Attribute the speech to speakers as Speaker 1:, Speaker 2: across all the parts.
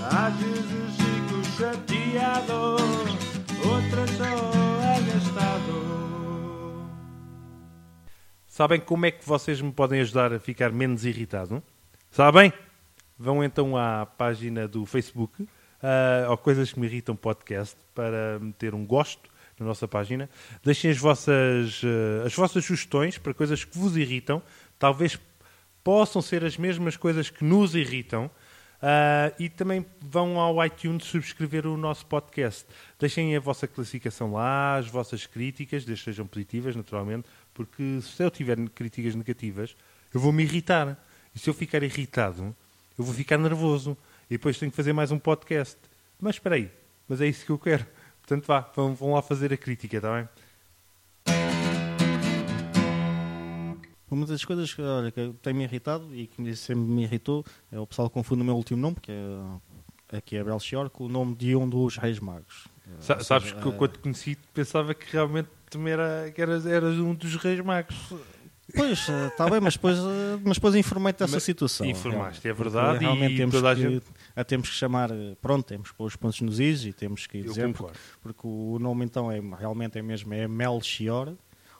Speaker 1: é Sabem como é que vocês me podem ajudar a ficar menos irritado? não? Sabem? Vão então à página do Facebook, ah, ou Coisas que me irritam podcast, para meter um gosto na nossa página. Deixem as vossas, ah, as vossas sugestões para coisas que vos irritam. Talvez possam ser as mesmas coisas que nos irritam. Ah, e também vão ao iTunes subscrever o nosso podcast. Deixem a vossa classificação lá, as vossas críticas, desde que sejam positivas, naturalmente, porque se eu tiver críticas negativas, eu vou me irritar. E se eu ficar irritado, eu vou ficar nervoso. E depois tenho que fazer mais um podcast. Mas espera aí, mas é isso que eu quero. Portanto, vá, vão, vão lá fazer a crítica, está bem?
Speaker 2: Uma das coisas que, olha, que tem me irritado e que me- sempre me irritou é o pessoal que confunde o meu último nome, que é aqui é Belchior, com o nome de um dos Reis Magos.
Speaker 1: Sa- sabes que eu,
Speaker 2: é.
Speaker 1: quando te conheci, pensava que realmente também era, que eras, eras um dos reis magos.
Speaker 2: Pois, está bem, mas depois, eh, mas depois informei-te dessa
Speaker 1: Mas
Speaker 2: situação.
Speaker 1: informaste, é
Speaker 2: Porque
Speaker 1: verdade, e
Speaker 2: Realmente temos,
Speaker 1: toda a
Speaker 2: que,
Speaker 1: gente-
Speaker 2: a temos que chamar, eh, pronto, temos que pôr os pontos nos is e temos que
Speaker 1: Eu
Speaker 2: dizer, porque,
Speaker 1: concordo.
Speaker 2: porque o nome então é, realmente é mesmo, é Melchior,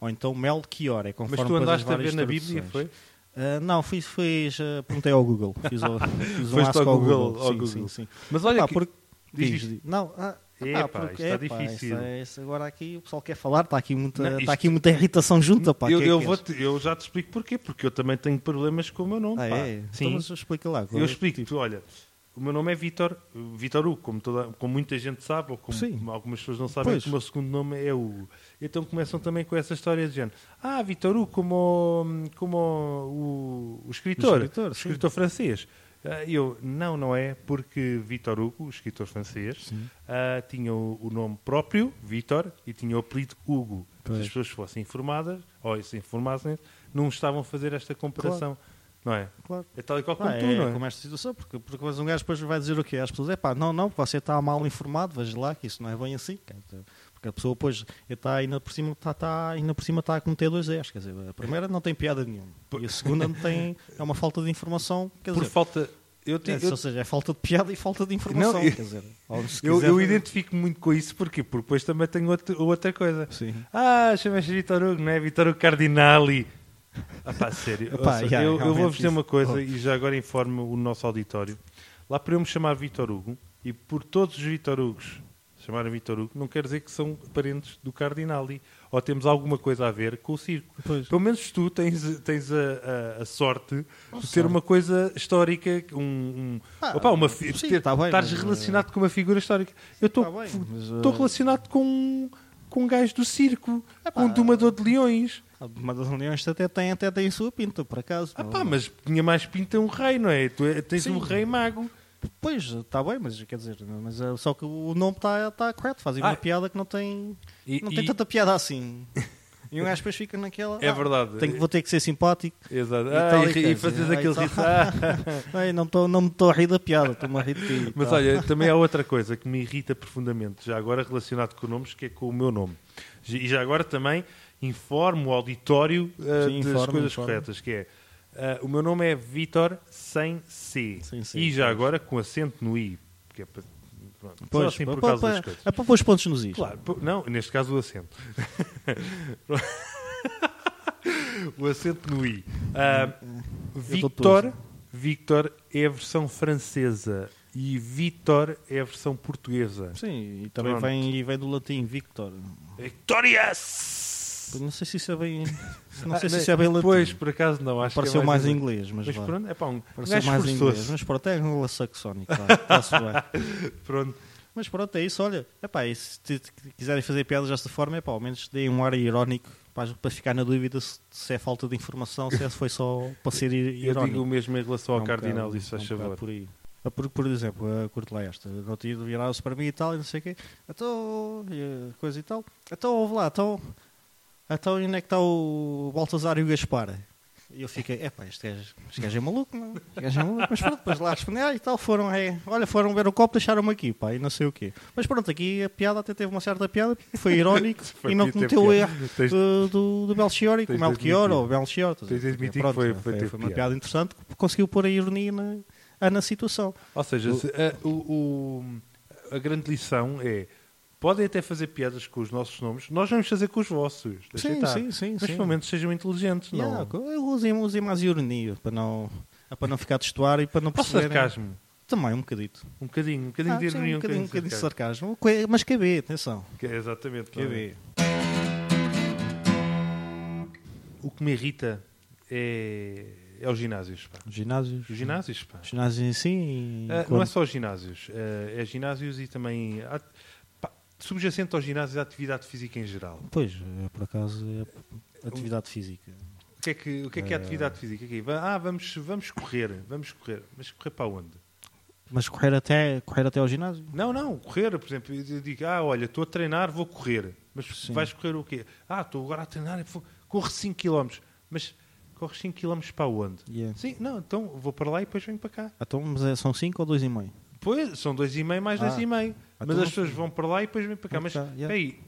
Speaker 2: ou então Melchior, é conforme
Speaker 1: Mas tu
Speaker 2: depois as
Speaker 1: andaste a
Speaker 2: várias
Speaker 1: ver na Bíblia,
Speaker 2: traduções.
Speaker 1: foi?
Speaker 2: Ah, não, fiz, fiz ah, perguntei ao Google. Fiz, o- fiz um
Speaker 1: Foste
Speaker 2: ask
Speaker 1: ao
Speaker 2: ao
Speaker 1: Google,
Speaker 2: Google.
Speaker 1: ao
Speaker 2: sim,
Speaker 1: Google.
Speaker 2: sim, sim.
Speaker 1: Mas olha
Speaker 2: Pá,
Speaker 1: que-
Speaker 2: porque-
Speaker 1: diz
Speaker 2: diz,
Speaker 1: isto.
Speaker 2: diz. Não, ah,
Speaker 1: Epá,
Speaker 2: pá, porque,
Speaker 1: isto tá
Speaker 2: epá,
Speaker 1: difícil.
Speaker 2: isto é- isto agora aqui, o pessoal quer falar, está aqui, muita-
Speaker 1: Não, isto-
Speaker 2: está aqui muita irritação junta. Pá,
Speaker 1: eu,
Speaker 2: que é
Speaker 1: eu
Speaker 2: que
Speaker 1: vou
Speaker 2: és?
Speaker 1: te- eu já te explico porquê, porque eu também tenho problemas com o meu nome.
Speaker 2: Ah,
Speaker 1: pá.
Speaker 2: é? Então,
Speaker 1: Sim,
Speaker 2: mas explica lá.
Speaker 1: eu explico. Tu, olha, o meu nome é Vitor, Vitor Hugo, como, toda, como muita gente sabe, ou como
Speaker 2: Sim.
Speaker 1: algumas pessoas não sabem,
Speaker 2: Pois.
Speaker 1: que o meu segundo nome é Hugo. Então começam também com essa história de género. Ah, Vitor Hugo, como, o- como o, o escritor,
Speaker 2: O escritor, sim.
Speaker 1: escritor francês. Ah, Eu, não, não é, porque Vitor Hugo, o escritor francês, ah, tinha o, o nome próprio, Vitor, e tinha o apelido Hugo. Se
Speaker 2: Pois.
Speaker 1: as pessoas fossem informadas, ou se informassem, não estavam a fazer esta comparação. Não é?
Speaker 2: Claro.
Speaker 1: É tal e qual
Speaker 2: Ah,
Speaker 1: como
Speaker 2: é,
Speaker 1: tu, não é?
Speaker 2: como esta situação, porque, porque depois um gajo depois vai dizer o quê? Às pessoas, é pá, não, não, você está mal informado, veja lá que isso não é bem assim. quer dizer, Porque a pessoa depois está ainda por cima está tá, ainda por cima está a cometer dois erros. Quer dizer, a primeira não tem piada nenhuma e a segunda não tem, é uma falta de informação. Quer
Speaker 1: Por
Speaker 2: dizer,
Speaker 1: falta. Eu, te,
Speaker 2: é,
Speaker 1: eu,
Speaker 2: ou seja, é falta de piada e falta de informação.
Speaker 1: Não, eu-
Speaker 2: quer dizer, ou se
Speaker 1: eu,
Speaker 2: quiser-
Speaker 1: eu identifico muito com isso, porquê? Porque depois também tenho outro- outra coisa.
Speaker 2: Sim.
Speaker 1: Ah, chamas-te Vitor Hugo, não é? Vitor Hugo Cardinali. Ah pá, sério.
Speaker 2: Epá,
Speaker 1: Ouça,
Speaker 2: yeah,
Speaker 1: eu, eu vou-vos
Speaker 2: realmente
Speaker 1: dizer uma
Speaker 2: isso.
Speaker 1: coisa
Speaker 2: Oh.
Speaker 1: e já agora informo o nosso auditório. Lá para eu me chamar Vitor Hugo e por todos os Vitor Hugos chamarem Vitor Hugo, não quer dizer que são parentes do Cardinali ou temos alguma coisa a ver com o circo.
Speaker 2: Pois.
Speaker 1: Pelo menos tu tens, tens a, a- a sorte de ter uma coisa histórica, um, um-
Speaker 2: Ah,
Speaker 1: opá, uma fi-
Speaker 2: sim,
Speaker 1: ter-
Speaker 2: tá bem,
Speaker 1: estares
Speaker 2: mas, eh,
Speaker 1: relacionado com uma figura histórica. Eu estou
Speaker 2: tá bem, mas, eh,
Speaker 1: estou relacionado com, com um gajo do circo, com um domador de leões.
Speaker 2: Mas as reuniões até têm, até têm a sua pinta, por acaso.
Speaker 1: Ah
Speaker 2: não-
Speaker 1: pá, mas tinha mais pinta um rei, não é? Tu é- tens um rei mago.
Speaker 2: Pois, está bem, mas quer dizer, mas, é- só que o nome está tá correto, fazem
Speaker 1: Ah.
Speaker 2: uma piada que não tem.
Speaker 1: E-
Speaker 2: não
Speaker 1: e-
Speaker 2: tem tanta piada assim. E um gajo depois fica naquela.
Speaker 1: É
Speaker 2: ah,
Speaker 1: verdade.
Speaker 2: tenho- vou ter que ser simpático.
Speaker 1: Exato.
Speaker 2: E
Speaker 1: Ah,
Speaker 2: tal,
Speaker 1: e,
Speaker 2: e
Speaker 1: e
Speaker 2: coisa.
Speaker 1: fazes
Speaker 2: Ah, e
Speaker 1: aquele
Speaker 2: tal.
Speaker 1: rito. Ah.
Speaker 2: Ai, não, tô, não me estou a rir da piada, estou-me a rir de ti.
Speaker 1: Mas
Speaker 2: tá.
Speaker 1: olha, também há outra coisa que me irrita profundamente, já agora relacionado com nomes, que é com o meu nome. E já agora também informo o auditório ah,
Speaker 2: Sim,
Speaker 1: das
Speaker 2: informa,
Speaker 1: coisas
Speaker 2: informa.
Speaker 1: corretas, que é ah, o meu nome é Vitor sem C.
Speaker 2: Sem C,
Speaker 1: E já agora com acento no I, que é para- pronto, só
Speaker 2: Pois,
Speaker 1: assim
Speaker 2: pá,
Speaker 1: por
Speaker 2: pá,
Speaker 1: causa
Speaker 2: pá,
Speaker 1: das coisas.
Speaker 2: É para pôr os pontos nos is.
Speaker 1: Claro, pô- não, neste caso o acento. o acento no I. Ah,
Speaker 2: dou
Speaker 1: Victor, Victor é a versão francesa e Vitor é a versão portuguesa.
Speaker 2: Sim, e também
Speaker 1: Pronto.
Speaker 2: vem, e vem do latim, Victor.
Speaker 1: Victorious!
Speaker 2: Não sei se isso é bem. Não
Speaker 1: Ah,
Speaker 2: sei se
Speaker 1: né,
Speaker 2: isso é bem latim.
Speaker 1: Pois, por acaso não, acho
Speaker 2: Pareceu
Speaker 1: que é
Speaker 2: mais,
Speaker 1: inglês.
Speaker 2: inglês, mas,
Speaker 1: Mas
Speaker 2: vá.
Speaker 1: pronto, é pá, um um
Speaker 2: Pareceu
Speaker 1: gajo
Speaker 2: mais inglês,
Speaker 1: esforçou-se.
Speaker 2: mas pronto, é um saxónico, claro, está-se bem.
Speaker 1: Pronto.
Speaker 2: Mas pronto, é isso, olha, epá, e se te- te quiserem fazer piadas desta forma, epá, ao menos deem um ar irónico para, para ficar na dúvida se, se é falta de informação, se é- se foi só para ser ir-
Speaker 1: Eu digo o
Speaker 2: irónico.
Speaker 1: mesmo em relação ao
Speaker 2: É um
Speaker 1: Cardinal,
Speaker 2: bocado-
Speaker 1: isso
Speaker 2: é um
Speaker 1: faz
Speaker 2: bocado
Speaker 1: favor.
Speaker 2: Por aí. Ah, Por, por exemplo, ah, curto lá esta, no outro dia viraram-se para mim e tal, e não sei o quê, então, eh, coisa e tal, então ouve lá, então, então onde é que está o Baltazar e o Gaspar? E eu fiquei, epá, este gajo, este gajo é maluco, não? Este gajo é maluco. Mas pronto, depois lá respondi, ah, e tal, foram, é, olha, foram ver o copo, deixaram-me aqui, pá, e não sei o quê. Mas pronto, aqui a piada até teve uma certa piada, foi irónico
Speaker 1: Foi
Speaker 2: e não
Speaker 1: ter
Speaker 2: cometeu o
Speaker 1: piada.
Speaker 2: erro
Speaker 1: Tens-
Speaker 2: do, do, do Belchior e
Speaker 1: tens
Speaker 2: com
Speaker 1: de
Speaker 2: Melchior
Speaker 1: admitir.
Speaker 2: ou Belchior. estás a
Speaker 1: Tens de
Speaker 2: dizer,
Speaker 1: admitir que
Speaker 2: é, pronto,
Speaker 1: foi- foi
Speaker 2: foi,
Speaker 1: ter
Speaker 2: foi uma
Speaker 1: piada.
Speaker 2: piada interessante que conseguiu pôr a ironia na, ah, na situação.
Speaker 1: Ou seja, se, a, o- o- a grande lição é Podem até fazer piadas com os nossos nomes. Nós vamos fazer com os vossos. Deixem
Speaker 2: Sim,
Speaker 1: estar.
Speaker 2: sim, sim.
Speaker 1: Mas
Speaker 2: sim.
Speaker 1: pelo menos sejam inteligentes, não.
Speaker 2: Yeah, ah, eu usei, usei mais ironia para não, ah, para não ficar testuar e para não
Speaker 1: Ou
Speaker 2: perceber.
Speaker 1: sarcasmo.
Speaker 2: Também, um bocadito.
Speaker 1: Um bocadinho, um bocadinho
Speaker 2: Ah,
Speaker 1: de
Speaker 2: sim,
Speaker 1: ironia,
Speaker 2: um bocadinho, um bocadinho de
Speaker 1: de sarcasmo.
Speaker 2: sarcasmo. Que- Mas KB, atenção.
Speaker 1: Que é exatamente. não é?
Speaker 2: KB.
Speaker 1: O que me irrita é, é os ginásios. Pá.
Speaker 2: Ginásios.
Speaker 1: Os ginásios, pá.
Speaker 2: Ginásios em si.
Speaker 1: Ah, não
Speaker 2: quando-
Speaker 1: é só os ginásios. ah, é ginásios e também. há- pá, subjacente aos ginásios a atividade física em geral.
Speaker 2: Pois, é, por acaso, é atividade
Speaker 1: Um-
Speaker 2: física.
Speaker 1: O que é que, o que, é, que é atividade física aqui? Va- Ah, vamos, vamos correr, vamos correr. Mas correr para onde?
Speaker 2: Mas correr até, correr até ao ginásio?
Speaker 1: Não, não, correr, por exemplo, eu digo, ah, olha, estou a treinar, vou correr. Mas
Speaker 2: Sim.
Speaker 1: vais correr o quê? Ah, estou agora a treinar, vou- corre 5 km. Mas corres 5 km para onde?
Speaker 2: Yeah.
Speaker 1: Sim, não, então vou para lá e depois venho para cá.
Speaker 2: é- Então, mas é- são 5 ou 2,5?
Speaker 1: Pois, são 2,5 mais
Speaker 2: Ah.
Speaker 1: 2,5. mas
Speaker 2: então
Speaker 1: as
Speaker 2: não-
Speaker 1: pessoas vão para lá e depois vêm para cá.
Speaker 2: Não
Speaker 1: Mas,
Speaker 2: está, yeah.
Speaker 1: peraí,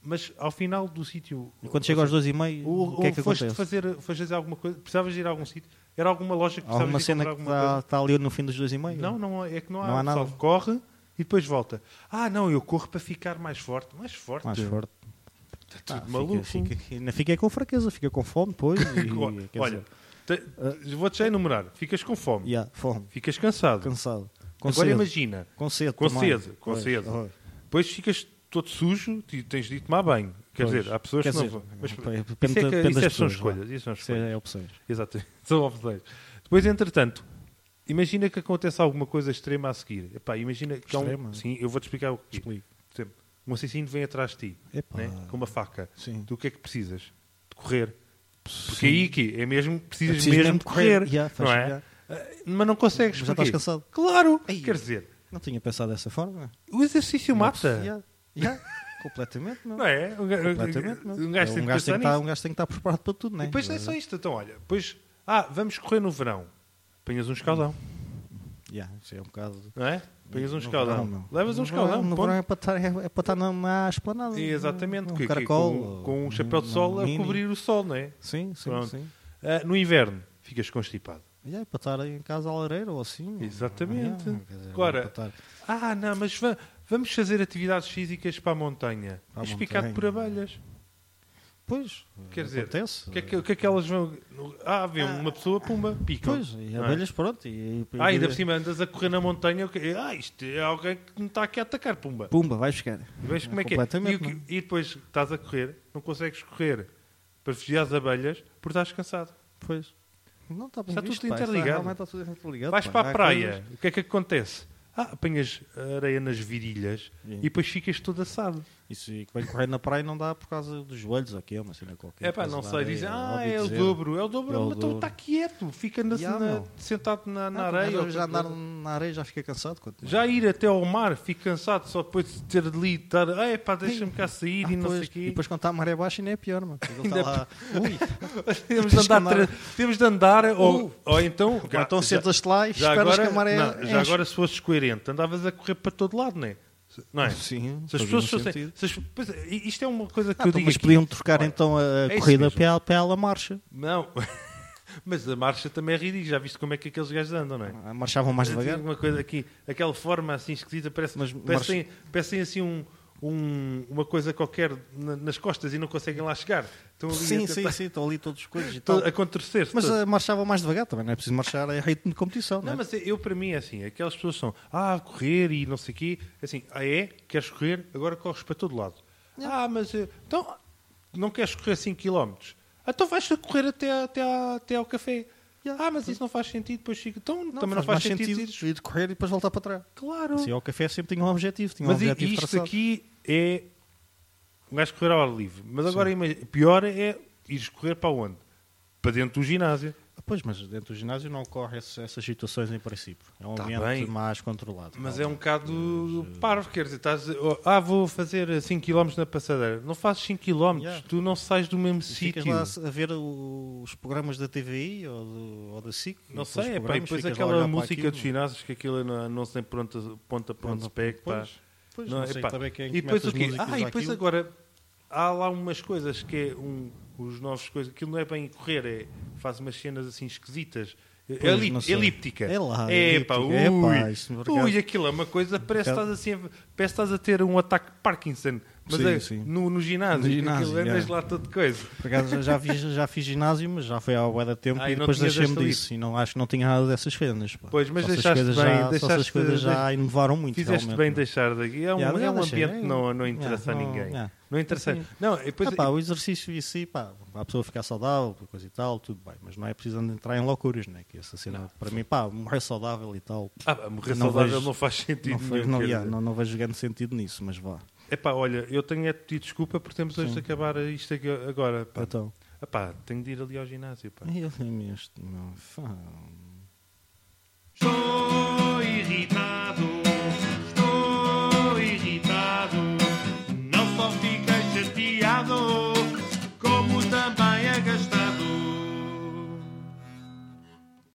Speaker 1: mas ao final do sítio...
Speaker 2: E quando chega aos 2,5,
Speaker 1: Ou,
Speaker 2: o que é
Speaker 1: ou
Speaker 2: que
Speaker 1: foste,
Speaker 2: acontece?
Speaker 1: fazer, foste fazer alguma coisa, precisavas ir a algum sítio, era alguma loja que
Speaker 2: Há
Speaker 1: precisavas
Speaker 2: alguma
Speaker 1: ir
Speaker 2: cena
Speaker 1: comprar
Speaker 2: que
Speaker 1: alguma coisa.
Speaker 2: está, está ali no fim dos 2,5?
Speaker 1: Não, não, é que não há,
Speaker 2: Não há
Speaker 1: o pessoal
Speaker 2: nada.
Speaker 1: corre e depois volta. Ah, não, eu corro para ficar mais forte. Mais forte?
Speaker 2: Mais forte.
Speaker 1: Tá tudo
Speaker 2: Ah, fica-
Speaker 1: maluco.
Speaker 2: Fica, ainda fica com fraqueza, fica com fome depois. E, quer
Speaker 1: Olha,
Speaker 2: dizer,
Speaker 1: te- vou-te já enumerar. Ficas com fome,
Speaker 2: yeah, fome,
Speaker 1: ficas cansado.
Speaker 2: cansado. Com
Speaker 1: Agora
Speaker 2: sede.
Speaker 1: imagina,
Speaker 2: Com sede.
Speaker 1: com
Speaker 2: também.
Speaker 1: sede, com
Speaker 2: Pois,
Speaker 1: sede.
Speaker 2: pois.
Speaker 1: depois ficas todo sujo e tens de ir tomar banho. Quer
Speaker 2: Pois.
Speaker 1: dizer, há pessoas
Speaker 2: Quer
Speaker 1: que não
Speaker 2: dizer,
Speaker 1: vão. Mas
Speaker 2: pá, depende-
Speaker 1: isso é que-
Speaker 2: depende
Speaker 1: isso
Speaker 2: das
Speaker 1: é que são
Speaker 2: pessoas, vá.
Speaker 1: escolhas. Isso são
Speaker 2: Isso
Speaker 1: escolhas.
Speaker 2: é opções.
Speaker 1: Exatamente. São opções. Depois, entretanto, imagina que aconteça alguma coisa extrema a seguir. Epá, imagina que há um-
Speaker 2: Extrema?
Speaker 1: Sim, eu vou-te explicar o que é.
Speaker 2: Explico.
Speaker 1: Por exemplo, um assassino vem atrás de ti,
Speaker 2: Epá.
Speaker 1: né, com uma faca.
Speaker 2: Sim.
Speaker 1: Do que é que precisas? De correr. Porque aí que é mesmo, precisas
Speaker 2: É preciso
Speaker 1: mesmo de correr.
Speaker 2: Yeah, faz-
Speaker 1: não é?
Speaker 2: yeah.
Speaker 1: Ah, Mas não consegues.
Speaker 2: Já
Speaker 1: porquê?
Speaker 2: estás cansado.
Speaker 1: Claro!
Speaker 2: Ai.
Speaker 1: Quer dizer,
Speaker 2: Não tinha pensado dessa forma.
Speaker 1: o exercício mata.
Speaker 2: Yeah, yeah. Completamente, não.
Speaker 1: Não é? Um ga-
Speaker 2: Completamente, não.
Speaker 1: Um gajo tem
Speaker 2: um
Speaker 1: que
Speaker 2: gajo tem
Speaker 1: pensar
Speaker 2: que estar-
Speaker 1: nisso.
Speaker 2: um gajo tem que estar preparado para tudo,
Speaker 1: E
Speaker 2: não é?
Speaker 1: depois não é só isto. Então, olha, depois, ah, vamos correr no verão. Apanhas um escaldão,
Speaker 2: Yeah, isso é um bocado...
Speaker 1: não é? Apanhas um
Speaker 2: No
Speaker 1: escaldão.
Speaker 2: verão, não.
Speaker 1: Levas um
Speaker 2: No verão-
Speaker 1: escaldão.
Speaker 2: No
Speaker 1: ponto.
Speaker 2: verão é para estar, é, é para estar na, na esplanada.
Speaker 1: E Exatamente,
Speaker 2: Um,
Speaker 1: que- que-
Speaker 2: caracol.
Speaker 1: com,
Speaker 2: ou
Speaker 1: com um chapéu de sol a
Speaker 2: mini.
Speaker 1: cobrir o sol, não é?
Speaker 2: Sim, sim,
Speaker 1: Pronto.
Speaker 2: sim.
Speaker 1: Ah, no inverno, ficas constipado.
Speaker 2: E é para estar em casa à lareira ou assim.
Speaker 1: Exatamente.
Speaker 2: Ah, quer dizer,
Speaker 1: Agora,
Speaker 2: é para estar-
Speaker 1: Ah, não, mas va- vamos fazer atividades físicas para a montanha.
Speaker 2: Para a
Speaker 1: És picado
Speaker 2: montanha.
Speaker 1: por abelhas.
Speaker 2: Pois,
Speaker 1: Quer dizer,
Speaker 2: acontece.
Speaker 1: O que, é que, o que é que elas vão. Ah, vê uma pessoa, pumba, picam.
Speaker 2: Pois, e
Speaker 1: não é?
Speaker 2: abelhas, pronto. E, e-
Speaker 1: Ah, ainda
Speaker 2: e-
Speaker 1: por cima andas a correr na montanha. o quê? Ah, isto é alguém que me está aqui a atacar, pumba.
Speaker 2: Pumba, vai chegar.
Speaker 1: E vês como é que é.
Speaker 2: Completamente,
Speaker 1: E, o que- e depois estás a correr, não consegues correr para fugir às abelhas porque estás cansado.
Speaker 2: Pois. Não está, bem
Speaker 1: Está tudo
Speaker 2: visto, pá, é,
Speaker 1: interligado.
Speaker 2: realmente está tudo interligado.
Speaker 1: Vais
Speaker 2: pá.
Speaker 1: para a
Speaker 2: Há
Speaker 1: praia,
Speaker 2: coisas-
Speaker 1: o que é que acontece? Ah, apanhas areia nas virilhas
Speaker 2: Sim.
Speaker 1: e depois ficas todo assado.
Speaker 2: Isso, e que bem correr na praia não dá por causa dos joelhos, aqui é uma cena qualquer.
Speaker 1: É pá,
Speaker 2: por
Speaker 1: não
Speaker 2: causa
Speaker 1: sei,
Speaker 2: da
Speaker 1: dizem,
Speaker 2: areia,
Speaker 1: ah,
Speaker 2: ouvi
Speaker 1: é o
Speaker 2: dizer.
Speaker 1: dobro, é o dobro,
Speaker 2: É o
Speaker 1: mas então
Speaker 2: dobro.
Speaker 1: está quieto, fica na-
Speaker 2: Ya,
Speaker 1: na-
Speaker 2: meu.
Speaker 1: sentado na, na
Speaker 2: Ah,
Speaker 1: areia. ou-
Speaker 2: já andar na areia já fica cansado. quanto mais.
Speaker 1: Já ir até ao mar, fico cansado só depois de ter ali, estar, ah, é pá, deixa-me cá sair
Speaker 2: Ah,
Speaker 1: e não
Speaker 2: pois,
Speaker 1: sei o
Speaker 2: E
Speaker 1: quê.
Speaker 2: depois quando está a maré baixa ainda é pior, mano. Porque ele está
Speaker 1: Ainda
Speaker 2: lá, ui,
Speaker 1: Temos de andar,
Speaker 2: Chamar-
Speaker 1: tre- temos de andar ou,
Speaker 2: Uh.
Speaker 1: ou então...
Speaker 2: ou então
Speaker 1: já-
Speaker 2: sentas-te lá e
Speaker 1: já
Speaker 2: esperas
Speaker 1: agora,
Speaker 2: que a maré
Speaker 1: não, já
Speaker 2: enche.
Speaker 1: agora se fosses coerente, andavas a correr para todo lado, não é? Não é?
Speaker 2: Sim,
Speaker 1: Se as
Speaker 2: fazia
Speaker 1: pessoas
Speaker 2: um
Speaker 1: fossem-
Speaker 2: sentido.
Speaker 1: se as- pois é, isto é uma coisa que
Speaker 2: Ah,
Speaker 1: eu
Speaker 2: então,
Speaker 1: digo
Speaker 2: mas
Speaker 1: aqui.
Speaker 2: podiam trocar então a
Speaker 1: é isso
Speaker 2: corrida
Speaker 1: mesmo.
Speaker 2: pela, pela marcha.
Speaker 1: Não, mas a marcha também é ridícula. Já viste como é que aqueles gajos andam, não é?
Speaker 2: Ah, Marchavam mais devagar.
Speaker 1: Uma coisa aqui, aquela forma assim esquisita, parece,
Speaker 2: Mas
Speaker 1: parecem, parecem assim um, um- uma coisa qualquer na- nas costas e não conseguem lá chegar. Estão ali
Speaker 2: Sim,
Speaker 1: a,
Speaker 2: sim, sim, estão ali todos os coisas e
Speaker 1: a,
Speaker 2: tal.
Speaker 1: a contorcer-se.
Speaker 2: Mas
Speaker 1: todos.
Speaker 2: ah, marchavam mais devagar também, não é preciso marchar a ritmo de competição. Não,
Speaker 1: Não,
Speaker 2: é?
Speaker 1: mas eu para mim é assim, aquelas pessoas são ah, correr e não sei o quê, assim, ah é, queres correr, agora corres para todo lado. Ah, mas eh, então não queres correr 5 km. Ah, Então vais a correr até, a- até, a- até ao café. Ah, mas isso não faz sentido, depois fica. Então também não faz,
Speaker 2: mais
Speaker 1: sentido, ires-
Speaker 2: ir de correr e depois voltar para trás.
Speaker 1: Claro.
Speaker 2: Sim, ao café sempre tinha um objetivo, tinha um
Speaker 1: mas i-
Speaker 2: objetivo
Speaker 1: isto
Speaker 2: traçado.
Speaker 1: aqui é um gajo correr ao ar livre. Mas agora ima- pior é ires correr para onde? Para dentro do ginásio.
Speaker 2: Ah, Pois, mas dentro do ginásio não ocorrem esse- essas situações em princípio. É um
Speaker 1: Tá
Speaker 2: ambiente
Speaker 1: bem.
Speaker 2: mais controlado.
Speaker 1: Mas é um
Speaker 2: Calma.
Speaker 1: bocado
Speaker 2: eh,
Speaker 1: parvo, quer dizer, estás, oh, ah, vou fazer 5 km na passadeira. Não fazes 5 km,
Speaker 2: Yeah.
Speaker 1: tu não sais do mesmo
Speaker 2: E Ficas
Speaker 1: sítio.
Speaker 2: lá a ver o- os programas da TVI ou, do- ou da SIC?
Speaker 1: Não
Speaker 2: os
Speaker 1: sei, é, pá, e
Speaker 2: programas,
Speaker 1: depois
Speaker 2: ficas lá a
Speaker 1: aquela
Speaker 2: olhar para
Speaker 1: música
Speaker 2: aquilo.
Speaker 1: dos ginásios que aquilo não, não se tem pronta, ponta para onde se pega. pá.
Speaker 2: Pois, pois, não,
Speaker 1: Não,
Speaker 2: sei
Speaker 1: epá,
Speaker 2: também quem é
Speaker 1: e depois o quê? Ah, e depois
Speaker 2: agora...
Speaker 1: agora há lá umas coisas que é um, os novos coisas, aquilo não é bem correr, é faz umas cenas assim esquisitas
Speaker 2: Pois,
Speaker 1: Elip-
Speaker 2: não sei.
Speaker 1: elíptica.
Speaker 2: É lá,
Speaker 1: Epá,
Speaker 2: elíptica.
Speaker 1: ui.
Speaker 2: Epá, isso, por acaso.
Speaker 1: ui, aquilo é uma coisa, parece que
Speaker 2: Por
Speaker 1: estás assim, a- parece que estás a ter um ataque de Parkinson, mas
Speaker 2: Sim,
Speaker 1: é
Speaker 2: sim.
Speaker 1: No, no ginásio,
Speaker 2: No
Speaker 1: que
Speaker 2: ginásio,
Speaker 1: aquilo andas
Speaker 2: é.
Speaker 1: lá todo coisa.
Speaker 2: Por acaso já- já fiz, já fiz ginásio, mas já foi há bué de tempo
Speaker 1: Ah, e
Speaker 2: e
Speaker 1: não
Speaker 2: depois
Speaker 1: tinhas
Speaker 2: deixei-me
Speaker 1: esta
Speaker 2: disso. E não, acho que não tinha nada dessas fendas. pá.
Speaker 1: Pois, mas
Speaker 2: Só essas
Speaker 1: deixaste
Speaker 2: coisas
Speaker 1: bem,
Speaker 2: já, só essas
Speaker 1: deixaste-
Speaker 2: coisas já inovaram muito.
Speaker 1: Fizeste
Speaker 2: realmente,
Speaker 1: bem
Speaker 2: não é?
Speaker 1: deixar daqui. É um,
Speaker 2: Yeah,
Speaker 1: é um
Speaker 2: deixei,
Speaker 1: ambiente que
Speaker 2: é,
Speaker 1: não, não
Speaker 2: yeah,
Speaker 1: interessa a
Speaker 2: não-
Speaker 1: ninguém.
Speaker 2: yeah.
Speaker 1: Não interessa.
Speaker 2: Sim.
Speaker 1: Não, é, e depois,
Speaker 2: Ah, pá, o exercício em si, pá, a pessoa ficar saudável, coisa e tal, tudo bem, mas não é precisando entrar em loucuras, né? Que essa cena, para mim, pá, morrer saudável e tal,
Speaker 1: ah, pá, morrer
Speaker 2: não
Speaker 1: saudável
Speaker 2: vejo-
Speaker 1: não faz sentido
Speaker 2: não, foi,
Speaker 1: nenhum.
Speaker 2: não,
Speaker 1: quer
Speaker 2: yeah,
Speaker 1: dizer.
Speaker 2: não, não vejo grande sentido nisso, mas vá.
Speaker 1: Epá, olha, eu tenho é de pedir desculpa por termos hoje de acabar isto aqui agora. Pá.
Speaker 2: Então,
Speaker 1: Epá, tenho de ir ali ao ginásio. Pá.
Speaker 2: eu tenho este, não, fá.
Speaker 3: Estou irritado, estou irritado. Não só fiquei chateado,